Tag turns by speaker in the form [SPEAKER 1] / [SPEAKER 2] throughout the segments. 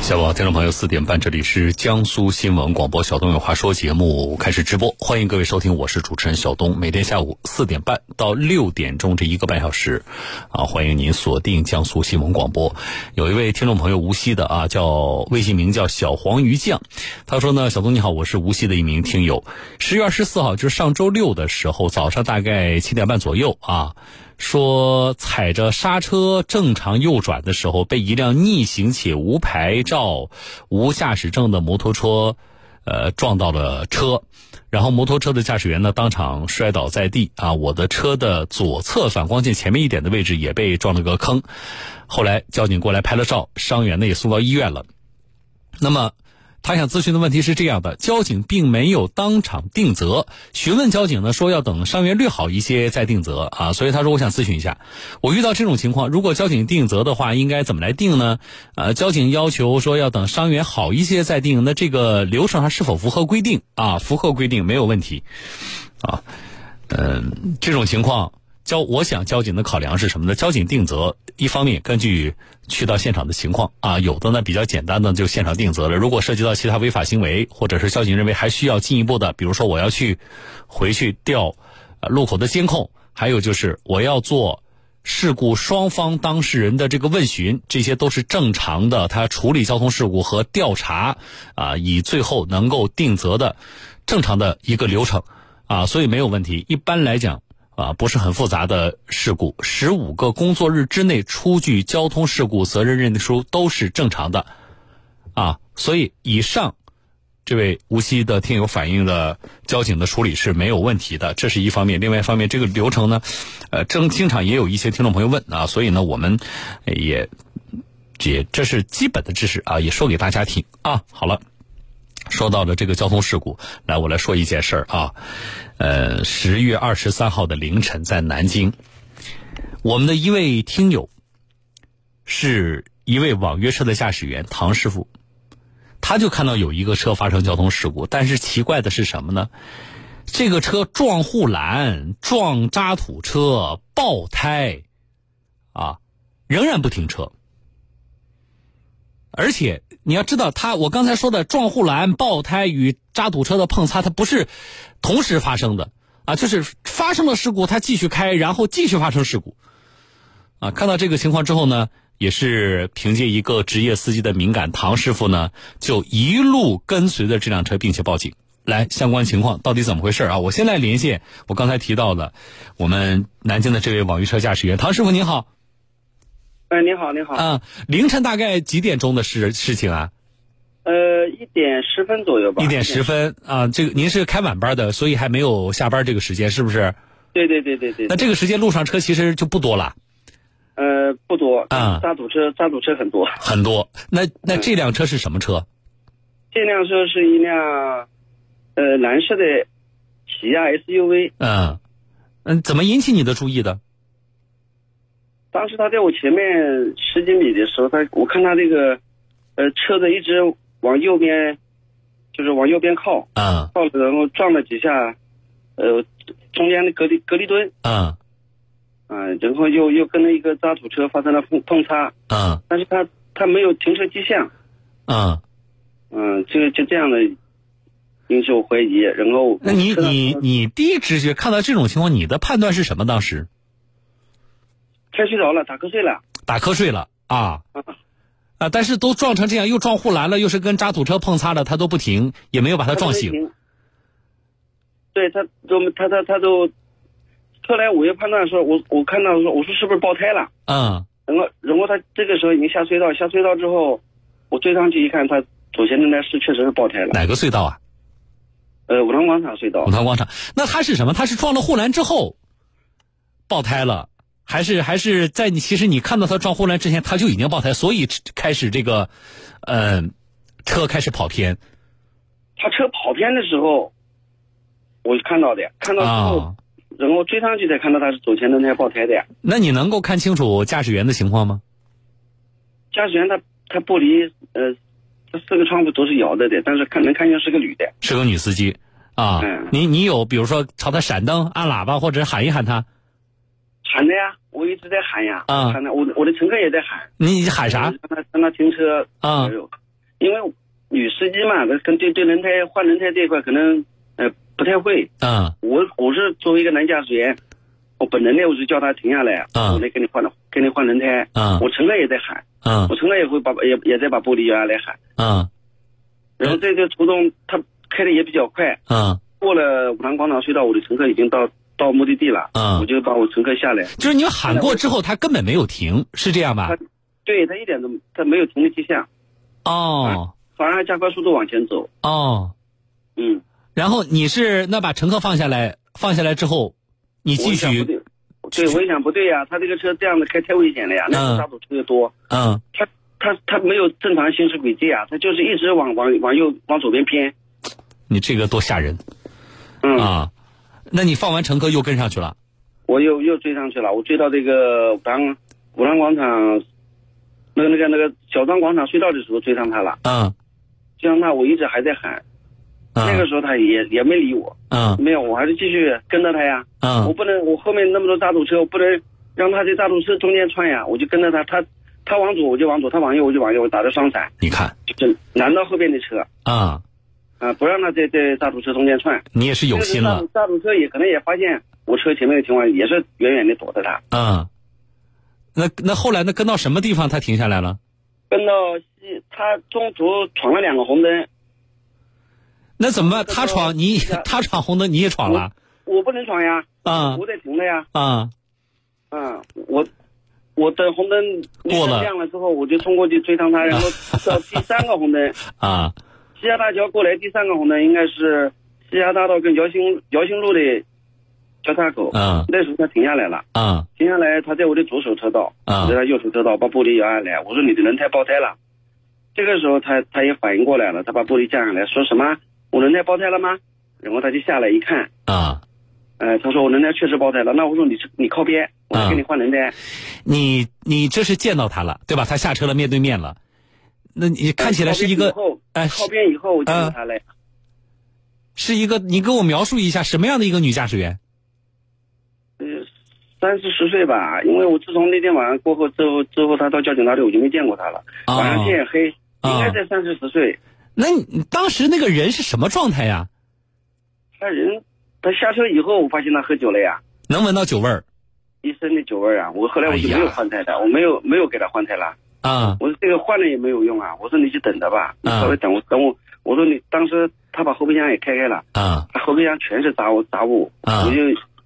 [SPEAKER 1] 下午好，听众朋友，四点半，这里是江苏新闻广播《小东有话说》节目开始直播，欢迎各位收听，我是主持人小东。每天下午四点半到六点钟这一个半小时，啊，欢迎您锁定江苏新闻广播。有一位听众朋友无锡的啊，叫微信名叫小黄鱼酱，他说呢，小东你好，我是无锡的一名听友。十月二十四号，就是上周六的时候，早上大概七点半左右啊。说踩着刹车正常右转的时候，被一辆逆行且无牌照、无驾驶证的摩托车，呃，撞到了车。然后摩托车的驾驶员呢，当场摔倒在地啊！我的车的左侧反光镜前面一点的位置也被撞了个坑。后来交警过来拍了照，伤员呢也送到医院了。那么。他想咨询的问题是这样的：交警并没有当场定责，询问交警呢说要等伤员略好一些再定责啊，所以他说我想咨询一下，我遇到这种情况，如果交警定责的话，应该怎么来定呢？呃，交警要求说要等伤员好一些再定，那这个流程上是否符合规定啊？符合规定没有问题啊，嗯、这种情况。交我想交警的考量是什么呢？交警定责，一方面根据去到现场的情况啊，有的呢比较简单的就现场定责了。如果涉及到其他违法行为，或者是交警认为还需要进一步的，比如说我要去回去调呃路口的监控，还有就是我要做事故双方当事人的这个问询，这些都是正常的。他处理交通事故和调查啊，以最后能够定责的正常的一个流程啊，所以没有问题。一般来讲。啊，不是很复杂的事故，十五个工作日之内出具交通事故责任认定书都是正常的，啊，所以以上这位无锡的听友反映的交警的处理是没有问题的，这是一方面。另外一方面，这个流程呢，呃，正经常也有一些听众朋友问啊，所以呢，我们也也这是基本的知识啊，也说给大家听啊。好了。说到了这个交通事故，来我来说一件事儿啊，呃，十月二十三号的凌晨，在南京，我们的一位听友是一位网约车的驾驶员唐师傅，他就看到有一个车发生交通事故，但是奇怪的是什么呢？这个车撞护栏、撞渣土车、爆胎，啊，仍然不停车，而且你要知道，他我刚才说的撞护栏、爆胎与渣土车的碰擦，它不是同时发生的啊，就是发生了事故，它继续开，然后继续发生事故。啊，看到这个情况之后呢，也是凭借一个职业司机的敏感，唐师傅呢就一路跟随着这辆车，并且报警。来，相关情况到底怎么回事啊？我先来连线我刚才提到的我们南京的这位网约车驾驶员唐师傅，您好。
[SPEAKER 2] 哎，你好，你好，
[SPEAKER 1] 啊，凌晨大概几点钟的事事情啊？
[SPEAKER 2] 呃，一点十分左右吧。
[SPEAKER 1] 一点十
[SPEAKER 2] 分。
[SPEAKER 1] 分啊，这个您是开晚班的，所以还没有下班这个时间，是不是？
[SPEAKER 2] 对对对对对
[SPEAKER 1] 那。这个时间路上车其实就不多了，
[SPEAKER 2] 呃，不多。
[SPEAKER 1] 啊
[SPEAKER 2] 渣土车，渣土车很多。
[SPEAKER 1] 很多。那那这辆车是什么车？
[SPEAKER 2] 这辆车是一辆，呃，蓝色的起亚 SUV。
[SPEAKER 1] 嗯嗯，怎么引起你的注意的？
[SPEAKER 2] 当时他在我前面十几米的时候，他我看他这个，呃，车子一直往右边，就是往右边靠，
[SPEAKER 1] 嗯
[SPEAKER 2] 靠了然后撞了几下，呃，中间的隔离隔离墩，
[SPEAKER 1] 嗯
[SPEAKER 2] 嗯、然后又又跟了一个渣土车发生了碰碰擦，
[SPEAKER 1] 嗯
[SPEAKER 2] 但是他他没有停车迹象。
[SPEAKER 1] 嗯。
[SPEAKER 2] 嗯，就就这样的引起我怀疑，然后
[SPEAKER 1] 那你
[SPEAKER 2] 车上
[SPEAKER 1] 你你第一直觉看到这种情况，你的判断是什么？当时
[SPEAKER 2] 开睡着了，打瞌睡了，
[SPEAKER 1] 打瞌睡了 啊
[SPEAKER 2] 嗯
[SPEAKER 1] 啊！但是都撞成这样，又撞护栏了，又是跟渣土车碰擦了，他都不停，也没有把他撞醒。。
[SPEAKER 2] 对他，都他他他都，后来我就判断说，我我看到说，我说是不是爆胎了？
[SPEAKER 1] 嗯
[SPEAKER 2] 然后然后他这个时候已经下隧道，下隧道之后，我追上去一看，他左前正在是确实是爆胎了。
[SPEAKER 1] 哪个隧道啊？
[SPEAKER 2] 呃，五常广场隧道
[SPEAKER 1] 五，塘广场。那他是什么？他是撞了护栏之后爆胎了，还是还是在你其实你看到他撞护栏之前他就已经爆胎，所以开始这个，呃，车开始跑偏
[SPEAKER 2] 他车跑偏的时候，我就看到的，看到之后，
[SPEAKER 1] 啊？
[SPEAKER 2] 然后追上去才看到他是左前轮胎爆胎的。
[SPEAKER 1] 那你能够看清楚驾驶员的情况吗？
[SPEAKER 2] 驾驶员他他玻璃呃，他四个窗户都是摇着的，但是看能看见是个女的。
[SPEAKER 1] 是个女司机啊
[SPEAKER 2] 嗯，
[SPEAKER 1] 你你有比如说朝他闪灯、按喇叭或者喊一喊他，
[SPEAKER 2] 喊的呀，我一直在喊呀，
[SPEAKER 1] 啊
[SPEAKER 2] 喊的，我的我的乘客也在喊，
[SPEAKER 1] 你你喊啥
[SPEAKER 2] 让他让他停车，
[SPEAKER 1] 啊
[SPEAKER 2] 哎？呦因为女司机嘛，她跟对对轮胎换轮胎这一块可能呃不太会。
[SPEAKER 1] 啊
[SPEAKER 2] 我我是作为一个男驾驶员，我本能的我就叫他停下来，
[SPEAKER 1] 啊
[SPEAKER 2] 我来给你换了，给你换轮胎。
[SPEAKER 1] 啊
[SPEAKER 2] 我乘客也在喊，
[SPEAKER 1] 啊
[SPEAKER 2] 我乘客也会把也也在把玻璃摇下来喊。
[SPEAKER 1] 啊
[SPEAKER 2] 然后这个途中他开的也比较快，
[SPEAKER 1] 啊
[SPEAKER 2] 过了五常广场隧道，我的乘客已经到到目的地了，
[SPEAKER 1] 啊
[SPEAKER 2] 我！就把我乘客下来。
[SPEAKER 1] 就是你们喊过之后，他根本没有停，是这样吧？
[SPEAKER 2] 嗯对他一点都他没有停的迹象，
[SPEAKER 1] 哦
[SPEAKER 2] 反而还加快速度往前走。
[SPEAKER 1] 哦，
[SPEAKER 2] 嗯，
[SPEAKER 1] 然后你是那把乘客放下来，放下来之后，你
[SPEAKER 2] 我
[SPEAKER 1] 继
[SPEAKER 2] 一想不
[SPEAKER 1] 续
[SPEAKER 2] 对，对我一想不对呀、他这个车这样子开太危险了呀，那
[SPEAKER 1] 嗯
[SPEAKER 2] 个刹堵车又多，
[SPEAKER 1] 嗯
[SPEAKER 2] 他他他没有正常行驶轨迹啊，他就是一直往往往右往左边偏。
[SPEAKER 1] 你这个多吓人
[SPEAKER 2] 嗯，
[SPEAKER 1] 啊！那你放完乘客又跟上去了
[SPEAKER 2] 我又又追上去了，我追到这个武当武当广场，那个那个那个小张广场隧道的时候追上他了，
[SPEAKER 1] 啊
[SPEAKER 2] 追上他我一直还在喊，
[SPEAKER 1] 啊
[SPEAKER 2] 那个时候他也也没理我，
[SPEAKER 1] 啊
[SPEAKER 2] 没有，我还是继续跟着他呀。
[SPEAKER 1] 啊
[SPEAKER 2] 我不能，我后面那么多大堵车，我不能让他在大堵车中间穿呀，我就跟着他，他他往左我就往左，他往右我就往右，我打着双闪，
[SPEAKER 1] 你看
[SPEAKER 2] 就是拦到后边的车，啊、
[SPEAKER 1] 啊，
[SPEAKER 2] 不让他在在大堵车中间窜。
[SPEAKER 1] 你也是有心了
[SPEAKER 2] 这个大堵。大堵车也可能也发现我车前面的情况，也是远远的躲着他，
[SPEAKER 1] 啊。那那后来那跟到什么地方他停下来了？
[SPEAKER 2] 跟到西，他中途闯了两个红灯，
[SPEAKER 1] 那怎么办？他闯你， 他闯红灯，你也闯了
[SPEAKER 2] 我不能闯呀，
[SPEAKER 1] 啊
[SPEAKER 2] 我得停了呀，
[SPEAKER 1] 啊！
[SPEAKER 2] 嗯，我。我等红灯
[SPEAKER 1] 过了
[SPEAKER 2] 亮了之后，我就冲过去追上他，然后到第三个红灯，
[SPEAKER 1] 啊
[SPEAKER 2] 西峡大桥过来第三个红灯应该是西峡大道跟姚兴姚兴路的交叉口。
[SPEAKER 1] 啊
[SPEAKER 2] 那时候他停下来了，
[SPEAKER 1] 啊
[SPEAKER 2] 停下来他在我的左手车道，
[SPEAKER 1] 啊
[SPEAKER 2] 我在他右手车道把玻璃摇下来，我说你的轮胎爆胎了。这个时候他他也反应过来了，他把玻璃降下来，说什么我轮胎爆胎了吗？然后他就下来一看，
[SPEAKER 1] 啊！
[SPEAKER 2] 呃，他说我轮胎确实爆胎了。那我说你你靠边，我
[SPEAKER 1] 啊
[SPEAKER 2] 来给你换轮胎。
[SPEAKER 1] 你你这是见到他了对吧？他下车了，面对面了。那你看起来是一
[SPEAKER 2] 靠
[SPEAKER 1] 个
[SPEAKER 2] 边以后
[SPEAKER 1] 哎
[SPEAKER 2] 靠边以后我就给他来，
[SPEAKER 1] 是一个，你给我描述一下什么样的一个女驾驶员？
[SPEAKER 2] 呃，三四十岁吧，因为我自从那天晚上过后之后，之后他到交警那里我就没见过他了。
[SPEAKER 1] 啊
[SPEAKER 2] 晚上天也黑，
[SPEAKER 1] 啊
[SPEAKER 2] 应该在三四十岁。
[SPEAKER 1] 那你当时那个人是什么状态呀？
[SPEAKER 2] 他人他下车以后，我发现他喝酒了呀，
[SPEAKER 1] 能闻到酒味儿
[SPEAKER 2] 一身的酒味儿啊。我后来我就
[SPEAKER 1] 哎呀
[SPEAKER 2] 没有换胎的，我没有没有给他换胎了。
[SPEAKER 1] 啊
[SPEAKER 2] 我说这个换了也没有用啊，我说你就等着吧，你
[SPEAKER 1] 啊
[SPEAKER 2] 稍微等我等我。我说你当时他把后备箱也开开了，
[SPEAKER 1] 啊
[SPEAKER 2] 他后备箱全是杂物杂物，
[SPEAKER 1] 啊
[SPEAKER 2] 我就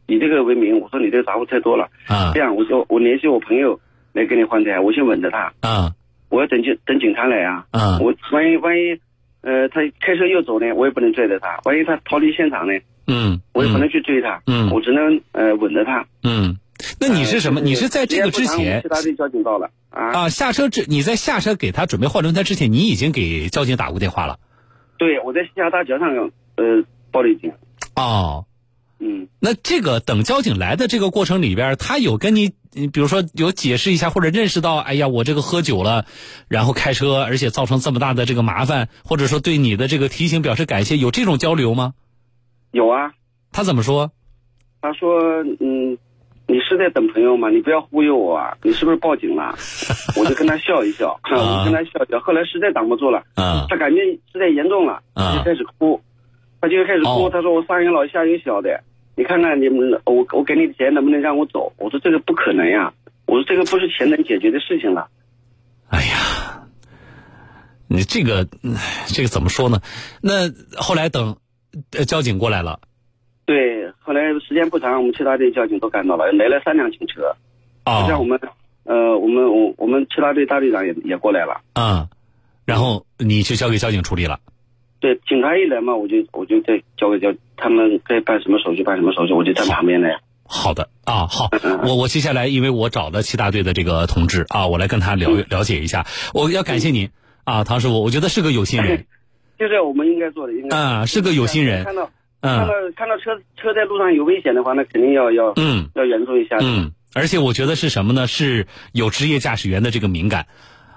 [SPEAKER 2] 以这个为名，我说你这杂物太多了，
[SPEAKER 1] 啊
[SPEAKER 2] 这样我就我联系我朋友来给你换胎，我先稳着他，
[SPEAKER 1] 啊
[SPEAKER 2] 我要等警等警察来啊。
[SPEAKER 1] 啊
[SPEAKER 2] 我万一万一，呃，他开车又走呢，我也不能追着他。万一他逃离现场呢，
[SPEAKER 1] 嗯
[SPEAKER 2] 我也不能去追他，
[SPEAKER 1] 嗯
[SPEAKER 2] 我只能呃稳着他。
[SPEAKER 1] 嗯。那你是什么？
[SPEAKER 2] 呃
[SPEAKER 1] 你是在这个之
[SPEAKER 2] 时间
[SPEAKER 1] 前
[SPEAKER 2] 不长我去他的交警到了啊？
[SPEAKER 1] 啊？下车之你在下车给他准备换轮胎之前，你已经给交警打过电话了
[SPEAKER 2] 对，我在西峡大桥上呃报了警。
[SPEAKER 1] 哦。
[SPEAKER 2] 嗯，
[SPEAKER 1] 那这个等交警来的这个过程里边，他有跟你，嗯比如说有解释一下，或者认识到，哎呀，我这个喝酒了，然后开车，而且造成这么大的这个麻烦，或者说对你的这个提醒表示感谢，有这种交流
[SPEAKER 2] 嗯
[SPEAKER 1] 吗？
[SPEAKER 2] 有啊。
[SPEAKER 1] 他怎么说？
[SPEAKER 2] 他说嗯，你是在等朋友吗？你不要忽悠我啊！你是不是报 警了？我就跟他笑一笑，我就跟他笑一笑。后来实在挡不住了，
[SPEAKER 1] 啊
[SPEAKER 2] 他感觉实在严重了，
[SPEAKER 1] 啊
[SPEAKER 2] 他就开始哭，他就开始哭，
[SPEAKER 1] 哦
[SPEAKER 2] 他说我上有老下有小的，你看看你们，我我给你钱能不能让我走？我说这个不可能呀，我说这个不是钱能解决的事情了。
[SPEAKER 1] 哎呀，你这个，嗯这个怎么说呢？那后来等，呃，交警过来了，
[SPEAKER 2] 对，后来时间不长，我们其他队交警都赶到了，来了三辆警车，
[SPEAKER 1] 啊、
[SPEAKER 2] 像我们，呃，我们我我们其他队大队长也也过来了。
[SPEAKER 1] 啊、然后你就交给交警处理了。
[SPEAKER 2] 对，警察一来嘛，我就我就再交给交他们该办什么手续办什么手续，我就站旁边来。
[SPEAKER 1] 好的啊，好，我我接下来因为我找了七大队的这个同志啊，我来跟他了了解一下。我要感谢您啊，唐师傅，我觉得是个有心 人
[SPEAKER 2] 就是我们应该做的，应该
[SPEAKER 1] 啊，是个有心人
[SPEAKER 2] 看，到看到
[SPEAKER 1] 嗯
[SPEAKER 2] 看到车车在路上有危险的话，那肯定要要
[SPEAKER 1] 嗯
[SPEAKER 2] 要援助一下。
[SPEAKER 1] 嗯，而且我觉得是什么呢？是有职业驾驶员的这个敏感。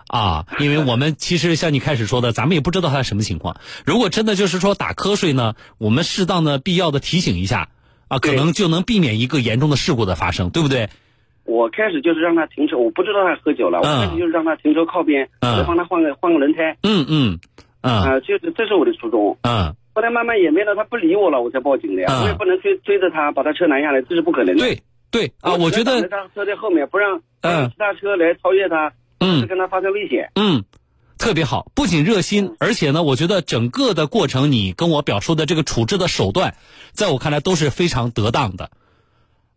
[SPEAKER 1] 啊，因为我们其实像你开始说的，咱们也不知道他什么情况。如果真的就是说打瞌睡呢，我们适当的、必要的提醒一下啊，可
[SPEAKER 2] 对
[SPEAKER 1] 能就能避免一个严重的事故的发生，对不对？
[SPEAKER 3] 我开始就是让他停车，我不知道他喝酒了，我
[SPEAKER 1] 嗯
[SPEAKER 3] 开始就是让他停车靠边，
[SPEAKER 1] 嗯
[SPEAKER 3] 我就帮他换个换个轮胎
[SPEAKER 1] 嗯嗯
[SPEAKER 3] 啊、
[SPEAKER 1] 嗯
[SPEAKER 3] 就是这是我的初衷。
[SPEAKER 1] 嗯，
[SPEAKER 3] 后来慢慢演变到他不理我了，我才报警的呀，
[SPEAKER 1] 嗯
[SPEAKER 3] 我也不能追追着他把他车拦下来，这是不可能的。
[SPEAKER 1] 对对啊，我觉
[SPEAKER 3] 只能
[SPEAKER 1] 得
[SPEAKER 3] 挡在他车在后面不让不让
[SPEAKER 1] 嗯
[SPEAKER 3] 其他车来超越他，
[SPEAKER 1] 嗯
[SPEAKER 3] 是跟他发生危险。
[SPEAKER 1] 嗯，特别好，不仅热心
[SPEAKER 3] 嗯，
[SPEAKER 1] 而且呢，我觉得整个的过程，你跟我表述的这个处置的手段，在我看来都是非常得当的，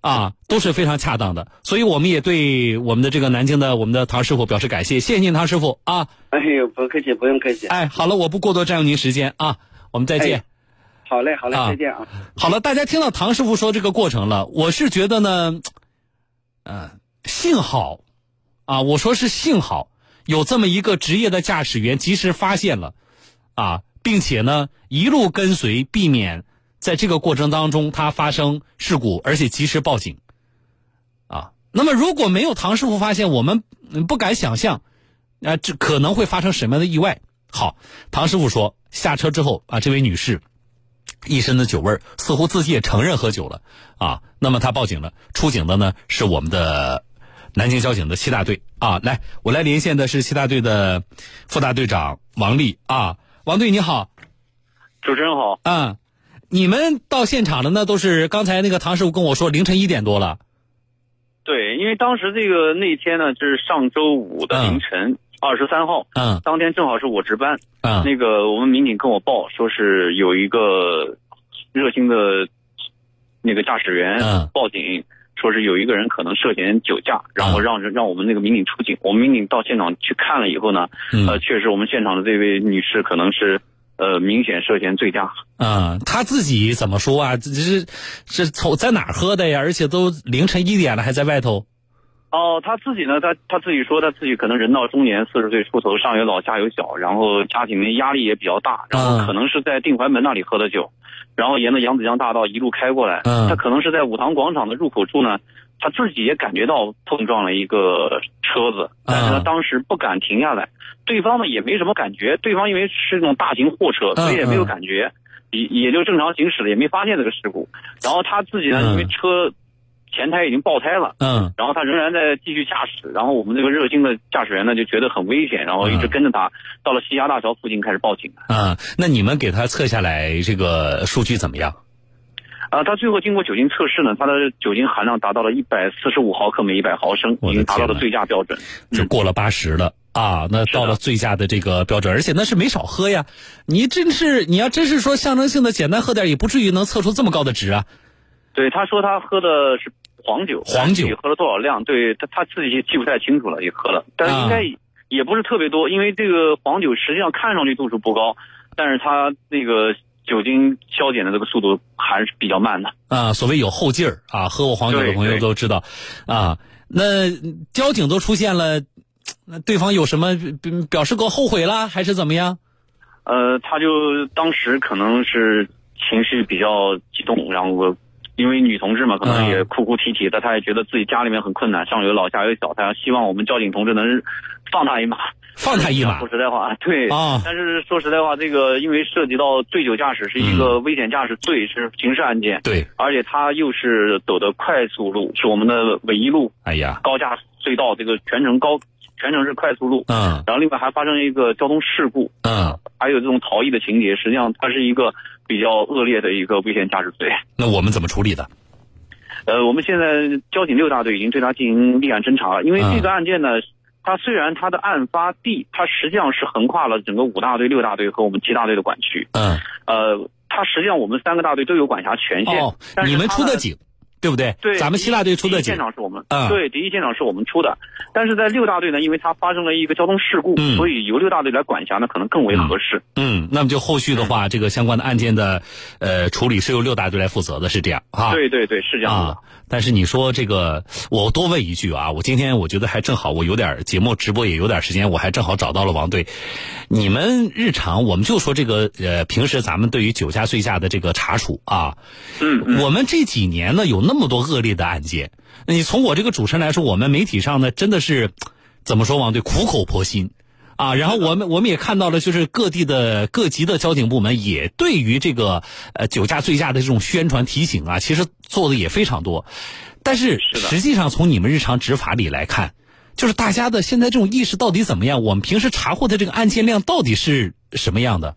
[SPEAKER 1] 啊，都是非常恰当的。所以我们也对我们的这个南京的我们的唐师傅表示感谢，谢谢您，唐师傅啊。
[SPEAKER 3] 哎呦，不客气，不用客气。
[SPEAKER 1] 哎，好了，我不过多占用您时间啊，我们再见。
[SPEAKER 3] 哎好嘞，好嘞，
[SPEAKER 1] 啊
[SPEAKER 3] 再见啊。
[SPEAKER 1] 好了，大家听到唐师傅说这个过程了，我是觉得呢，嗯、幸好啊，我说是幸好有这么一个职业的驾驶员及时发现了啊，并且呢一路跟随，避免在这个过程当中他发生事故，而且及时报警啊。那么如果没有唐师傅发现，我们嗯不敢想象啊，这可能会发生什么样的意外。好，唐师傅说，下车之后啊，这位女士一身的酒味儿，似乎自己也承认喝酒了啊。那么他报警了，出警的呢是我们的南京交警的七大队啊。来，我来连线的是七大队的副大队长王丽啊，王队你好，
[SPEAKER 2] 主持人好，
[SPEAKER 1] 啊，你们到现场的呢都是刚才那个唐师傅跟我说凌晨一点多了，
[SPEAKER 2] 对，因为当时这个那天呢，就是上周五的凌晨二十三号，
[SPEAKER 1] 嗯
[SPEAKER 2] 当天正好是我值班，
[SPEAKER 1] 嗯
[SPEAKER 2] 那个我们民警跟我报说是有一个热心的那个驾驶员
[SPEAKER 1] 嗯
[SPEAKER 2] 报警，说是有一个人可能涉嫌酒驾，然
[SPEAKER 1] 嗯
[SPEAKER 2] 后让让我们那个民警出警。我们民警到现场去看了以后呢，呃，
[SPEAKER 1] 嗯
[SPEAKER 2] 确实我们现场的这位女士可能是呃明显涉嫌醉驾。
[SPEAKER 1] 嗯，他自己怎么说啊？这是是从在哪儿喝的呀？而且都凌晨一点了还在外头，
[SPEAKER 2] 哦，他自己呢，他他自己说他自己可能人到中年，四十岁出头，上有老下有小，然后家庭的压力也比较大，然后可能是在定淮门那里喝的酒，然后沿着扬子江大道一路开过来，
[SPEAKER 1] 嗯
[SPEAKER 2] 他可能是在武塘广场的入口处呢，他自己也感觉到碰撞了一个车子，但是他
[SPEAKER 1] 嗯
[SPEAKER 2] 当时不敢停下来，对方呢也没什么感觉，对方因为是那种大型货车，所以也没有
[SPEAKER 1] 嗯嗯
[SPEAKER 2] 感觉，也也就正常行驶了，也没发现这个事故，然后他自己呢，
[SPEAKER 1] 嗯
[SPEAKER 2] 因为车前胎已经爆胎了。
[SPEAKER 1] 嗯
[SPEAKER 2] 然后他仍然在继续驾驶，然后我们这个热心的驾驶员呢就觉得很危险，然后一
[SPEAKER 1] 嗯
[SPEAKER 2] 直跟着他，到了西峡大桥附近开始报警。
[SPEAKER 1] 啊、那你们给他测下来这个数据怎么样？
[SPEAKER 2] 啊、他最后经过酒精测试呢，他的酒精含量达到了一百四十五毫克每一百毫升，
[SPEAKER 1] 我的
[SPEAKER 2] 已经达到
[SPEAKER 1] 天
[SPEAKER 2] 了
[SPEAKER 1] 呐
[SPEAKER 2] 醉驾标准。
[SPEAKER 1] 就过了八十了。啊，那
[SPEAKER 2] 的
[SPEAKER 1] 到了醉驾的这个标准，而且那是没少喝呀。你真是，你要真是说象征性的简单喝点儿，也不至于能测出这么高的值啊。
[SPEAKER 2] 对，他说他喝的是黄酒，
[SPEAKER 1] 黄酒
[SPEAKER 2] 具体喝了多少量？对他他自己记不太清楚了，也喝了，但是
[SPEAKER 1] 啊
[SPEAKER 2] 应该也不是特别多，因为这个黄酒实际上看上去度数不高，但是它那个酒精消减的这个速度还是比较慢的。
[SPEAKER 1] 啊，所谓有后劲儿啊，喝过黄酒的
[SPEAKER 2] 对
[SPEAKER 1] 朋友
[SPEAKER 2] 对
[SPEAKER 1] 都知道，啊，那交警都出现了，那对方有什么表表示过后悔啦，还是怎么样？
[SPEAKER 2] 呃，他就当时可能是情绪比较激动，然后我因为女同志嘛，可
[SPEAKER 1] 啊
[SPEAKER 2] 能也哭哭啼啼的，她也觉得自己家里面很困难，上有老下有小，她希望我们交警同志能放她一马。
[SPEAKER 1] 放他一马
[SPEAKER 2] 说实在话，对。
[SPEAKER 1] 啊，
[SPEAKER 2] 但是说实在话，这个因为涉及到醉酒驾驶是
[SPEAKER 1] 嗯
[SPEAKER 2] 一个危险驾驶罪，是刑事案件，
[SPEAKER 1] 对，
[SPEAKER 2] 而且他又是走的快速路，是我们的纬一路
[SPEAKER 1] 哎呀，
[SPEAKER 2] 高架隧道，这个全程高全程是快速路，
[SPEAKER 1] 嗯
[SPEAKER 2] 然后另外还发生一个交通事故，
[SPEAKER 1] 嗯，
[SPEAKER 2] 还有这种逃逸的情节，实际上它是一个比较恶劣的一个危险驾驶罪。
[SPEAKER 1] 那我们怎么处理的？
[SPEAKER 2] 呃，我们现在交警六大队已经对他进行立案侦查了，因为
[SPEAKER 1] 嗯
[SPEAKER 2] 这个案件呢，它虽然它的案发地，它实际上是横跨了整个五大队、六大队和我们七大队的管区。
[SPEAKER 1] 嗯，
[SPEAKER 2] 呃，它实际上我们三个大队都有管辖权限。
[SPEAKER 1] 哦，
[SPEAKER 2] 但是
[SPEAKER 1] 你们
[SPEAKER 2] 他
[SPEAKER 1] 出
[SPEAKER 2] 呢
[SPEAKER 1] 的警，对不对？
[SPEAKER 2] 对，
[SPEAKER 1] 咱们七大队出
[SPEAKER 2] 第
[SPEAKER 1] 的
[SPEAKER 2] 一
[SPEAKER 1] 警
[SPEAKER 2] 现，场是我们，
[SPEAKER 1] 嗯
[SPEAKER 2] 对，第一现场是我们出的，但是在六大队呢，因为它发生了一个交通事故，
[SPEAKER 1] 嗯
[SPEAKER 2] 所以由六大队来管辖呢，可能更为合适。
[SPEAKER 1] 嗯，那么就后续的话，这个相关的案件的呃处理是由六大队来负责的，是这样啊？
[SPEAKER 2] 对对对，是这样子的。
[SPEAKER 1] 啊。但是你说这个，我多问一句啊，我今天我觉得还正好，我有点儿节目直播也有点儿时间，我还正好找到了王队。你们日常我们就说这个呃，平时咱们对于酒驾醉驾的这个查处啊，
[SPEAKER 2] 嗯嗯。
[SPEAKER 1] 我们这几年呢有那么多恶劣的案件，你从我这个主持人来说，我们媒体上呢真的是怎么说王队苦口婆心啊，然后我们我们也看到了，就是各地的各级的交警部门也对于这个呃酒驾醉驾的这种宣传提醒啊，其实做的也非常多。但是
[SPEAKER 2] 是的
[SPEAKER 1] 实际上，从你们日常执法里来看，就是大家的现在这种意识到底怎么样？我们平时查获的这个案件量到底是什么样的？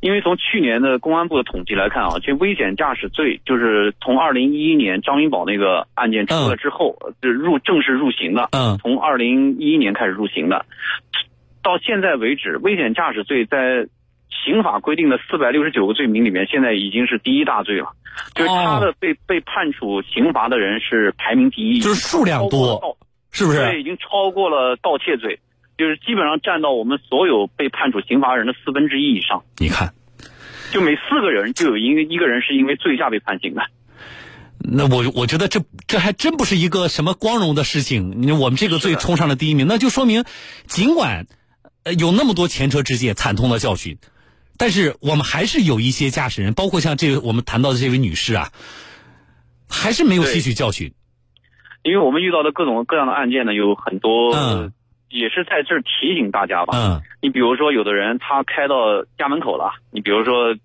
[SPEAKER 2] 因为从去年的公安部的统计来看啊，这危险驾驶罪就是从二零一一年张云宝那个案件出了之后，就入正式入刑的，
[SPEAKER 1] 嗯
[SPEAKER 2] 从二零一一年开始入刑的，到现在为止，危险驾驶罪在刑法规定的四百六十九个罪名里面，现在已经是第一大罪了，就是他的被、被判处刑罚的人是排名第一，
[SPEAKER 1] 哦就是数量多
[SPEAKER 2] 超过了盗
[SPEAKER 1] 是不
[SPEAKER 2] 对，
[SPEAKER 1] 是？
[SPEAKER 2] 已经超过了盗窃罪，就是基本上占到我们所有被判处刑罚人的四分之一以上。
[SPEAKER 1] 你看，
[SPEAKER 2] 就每四个人就有一个一个人是因为醉驾被判刑的。
[SPEAKER 1] 那我我觉得这这还真不是一个什么光荣的事情。你我们这个罪
[SPEAKER 2] 是的
[SPEAKER 1] 冲上了第一名，那就说明，尽管呃有那么多前车之鉴、惨痛的教训，但是我们还是有一些驾驶人，包括像这个我们谈到的这位女士啊，还是没有
[SPEAKER 2] 对
[SPEAKER 1] 吸取教训。
[SPEAKER 2] 因为我们遇到的各种各样的案件呢，有很多，
[SPEAKER 1] 嗯
[SPEAKER 2] 也是在这儿提醒大家吧。
[SPEAKER 1] 嗯
[SPEAKER 2] 你比如说，有的人他开到家门口了，你比如说，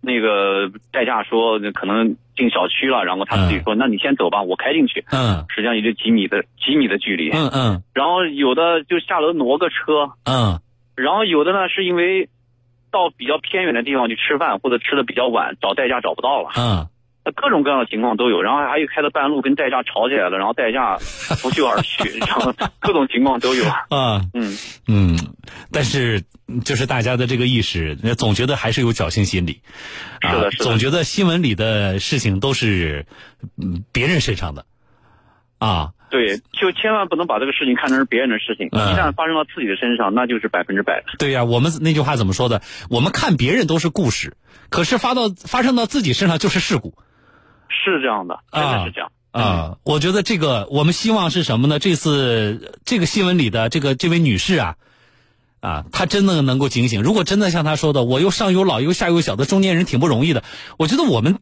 [SPEAKER 2] 那个代驾说可能进小区了，然后他自己说：“那你先走吧，我开进去。”
[SPEAKER 1] 嗯
[SPEAKER 2] 实际上也就几米的几米的距离。
[SPEAKER 1] 嗯嗯
[SPEAKER 2] 然后有的就下楼挪个车，
[SPEAKER 1] 嗯
[SPEAKER 2] 然后有的呢是因为到比较偏远的地方去吃饭，或者吃的比较晚，找代驾找不到了。
[SPEAKER 1] 嗯，
[SPEAKER 2] 那呃各种各样的情况都有，然后还有开到半路跟代驾吵起来了，然后代驾拂袖 而去，然后各种情况都有。
[SPEAKER 1] 啊
[SPEAKER 2] 嗯，
[SPEAKER 1] 嗯，但是嗯就是大家的这个意识，呃总觉得还是有侥幸心理，啊，
[SPEAKER 2] 是的是的
[SPEAKER 1] 总觉得新闻里的事情都是嗯别人身上的，啊，
[SPEAKER 2] 对，就千万不能把这个事情看成是别人的事情，
[SPEAKER 1] 嗯
[SPEAKER 2] 一旦发生到自己的身上，那就是百分之百的。
[SPEAKER 1] 对呀、我们那句话怎么说的？我们看别人都是故事，可是发到发生到自己身上就是事故
[SPEAKER 2] 是这样的，真的是这样。
[SPEAKER 1] 啊、我觉得这个我们希望是什么呢？这次这个新闻里的这个这位女士啊。啊，她真的能够警醒。如果真的像她说的，我又上有老又下有小的中年人挺不容易的，我觉得我们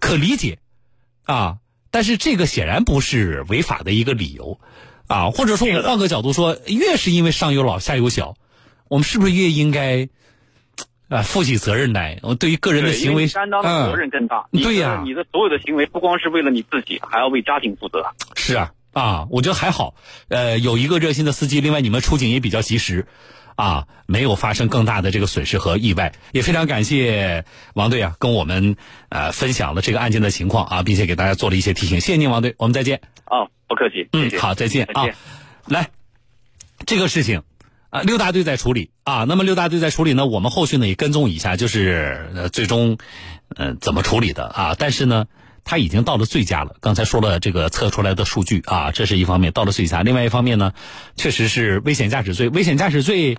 [SPEAKER 1] 可理解啊。但是这个显然不是违法的一个理由啊，或者说我
[SPEAKER 2] 是
[SPEAKER 1] 们
[SPEAKER 2] 的
[SPEAKER 1] 换个角度说，越是因为上有老下有小，我们是不是越应该啊负起责任来？我对于个人的
[SPEAKER 2] 对，因
[SPEAKER 1] 行
[SPEAKER 2] 为
[SPEAKER 1] 为
[SPEAKER 2] 你担当的责任更大。
[SPEAKER 1] 嗯
[SPEAKER 2] 你的
[SPEAKER 1] 对呀
[SPEAKER 2] 你的所有的行为不光是为了你自己，还要为家庭负责。
[SPEAKER 1] 是啊，啊，我觉得还好，呃，有一个热心的司机，另外你们出警也比较及时，啊，没有发生更大的这个损失和意外，也非常感谢王队啊，跟我们呃分享了这个案件的情况啊，并且给大家做了一些提醒，谢谢您，王队，我们再见。
[SPEAKER 2] 啊，不客气，谢
[SPEAKER 1] 嗯
[SPEAKER 2] 谢。，
[SPEAKER 1] 好，再见
[SPEAKER 2] 再
[SPEAKER 1] 啊
[SPEAKER 2] 见。
[SPEAKER 1] 来，这个事情啊、六大队在处理啊。那么六大队在处理呢，我们后续呢也跟踪一下，就是呃最终呃怎么处理的啊。但是呢。他已经到了醉驾了，刚才说了这个测出来的数据啊，这是一方面，到了醉驾。另外一方面呢，确实是危险驾驶罪，危险驾驶罪，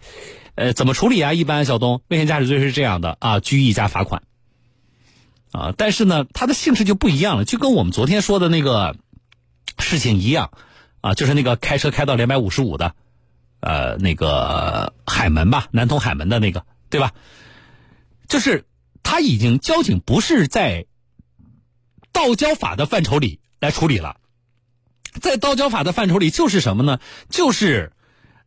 [SPEAKER 1] 呃，怎么处理啊？一般小东，危险驾驶罪是这样的啊，拘役加罚款，啊，但是呢，它的性质就不一样了，就跟我们昨天说的那个事情一样，啊，就是那个开车开到两百五十五的，呃，那个海门吧，南通海门的那个，对吧？就是他已经交警不是在道交法的范畴里来处理了，在道交法的范畴里就是什么呢？就是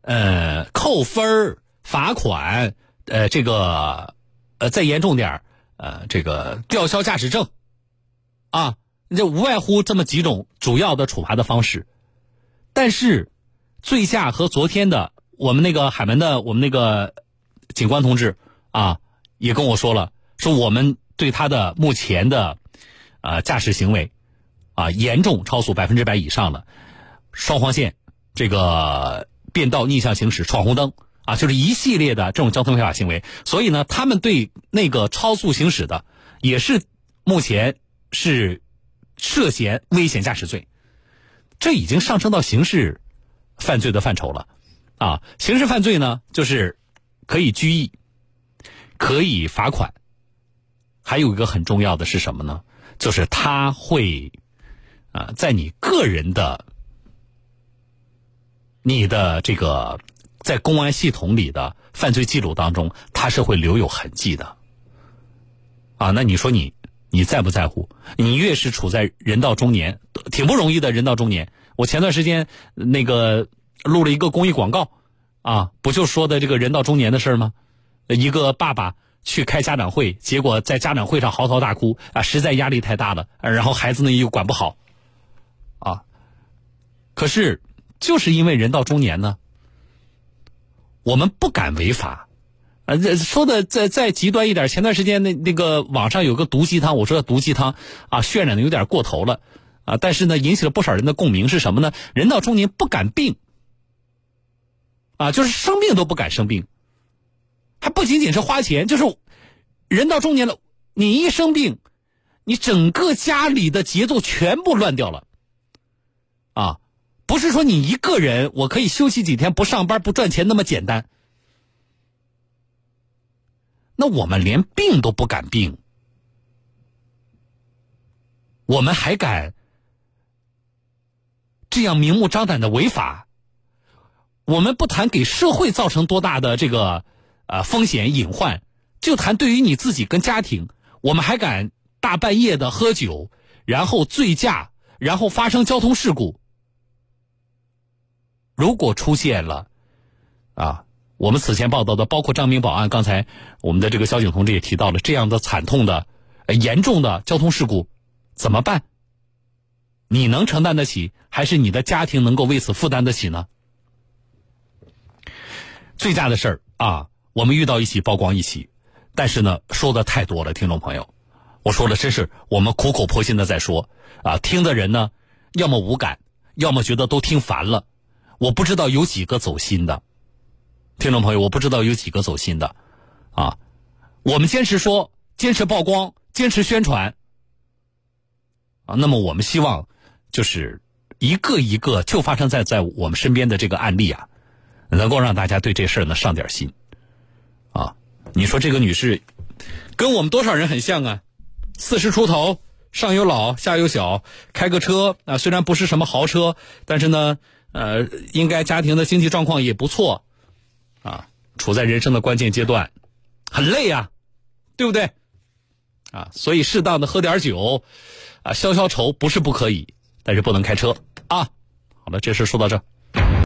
[SPEAKER 1] 呃扣分儿、罚款，呃这个呃再严重点儿，呃这个吊销驾驶证，啊，这无外乎这么几种主要的处罚的方式。但是，醉驾和昨天的我们那个海门的我们那个警官同志啊，也跟我说了，说我们对他的目前的呃驾驶行为啊严重超速百分之百以上了，双黄线这个变道逆向行驶、闯红灯啊，就是一系列的这种交通违法行为。所以呢，他们对那个超速行驶的也是目前是涉嫌危险驾驶罪。这已经上升到刑事犯罪的范畴了，啊，刑事犯罪呢，就是可以拘役，可以罚款，还有一个很重要的是什么呢？就是他会啊、在你个人的你的这个在公安系统里的犯罪记录当中，他是会留有痕迹的。啊，那你说你你在不在乎？你越是处在人到中年，挺不容易的人到中年。我前段时间那个录了一个公益广告，啊，不就说的这个人到中年的事儿吗？一个爸爸去开家长会，结果在家长会上嚎啕大哭啊，实在压力太大了，啊然后孩子呢又管不好，啊，可是就是因为人到中年呢，我们不敢违法。啊，这说的再再极端一点，前段时间那那个网上有个毒鸡汤，我说的毒鸡汤啊，渲染的有点过头了啊，但是呢，引起了不少人的共鸣是什么呢？人到中年不敢病，啊，就是生病都不敢生病，还不仅仅是花钱，就是人到中年了，你一生病，你整个家里的节奏全部乱掉了，啊，不是说你一个人我可以休息几天不上班不赚钱那么简单，那我们连病都不敢病，我们还敢这样明目张胆的违法？我们不谈给社会造成多大的这个呃风险隐患，就谈对于你自己跟家庭，我们还敢大半夜的喝酒，然后醉驾，然后发生交通事故。如果出现了，啊，我们此前报道的，包括张明宝案，刚才我们的这个交警同志也提到了这样的惨痛的、呃严重的交通事故，怎么办？你能承担得起，还是你的家庭能够为此负担得起呢？醉驾的事儿啊，我们遇到一起曝光一起，但是呢，说的太多了，听众朋友，我说了，真是我们苦口婆心的在说啊，听的人呢，要么无感，要么觉得都听烦了，我不知道有几个走心的，听众朋友，我不知道有几个走心的，啊，我们坚持说，坚持曝光，坚持宣传，啊，那么我们希望就是一个一个就发生在在我们身边的这个案例啊，能够让大家对这事儿呢上点心，啊，你说这个女士跟我们多少人很像啊？四十出头，上有老下有小，开个车啊，虽然不是什么豪车，但是呢，呃，应该家庭的经济状况也不错，啊，处在人生的关键阶段，很累啊，对不对？啊，所以适当的喝点酒，啊，消消愁不是不可以，但是不能开车啊。好了，这事说到这儿。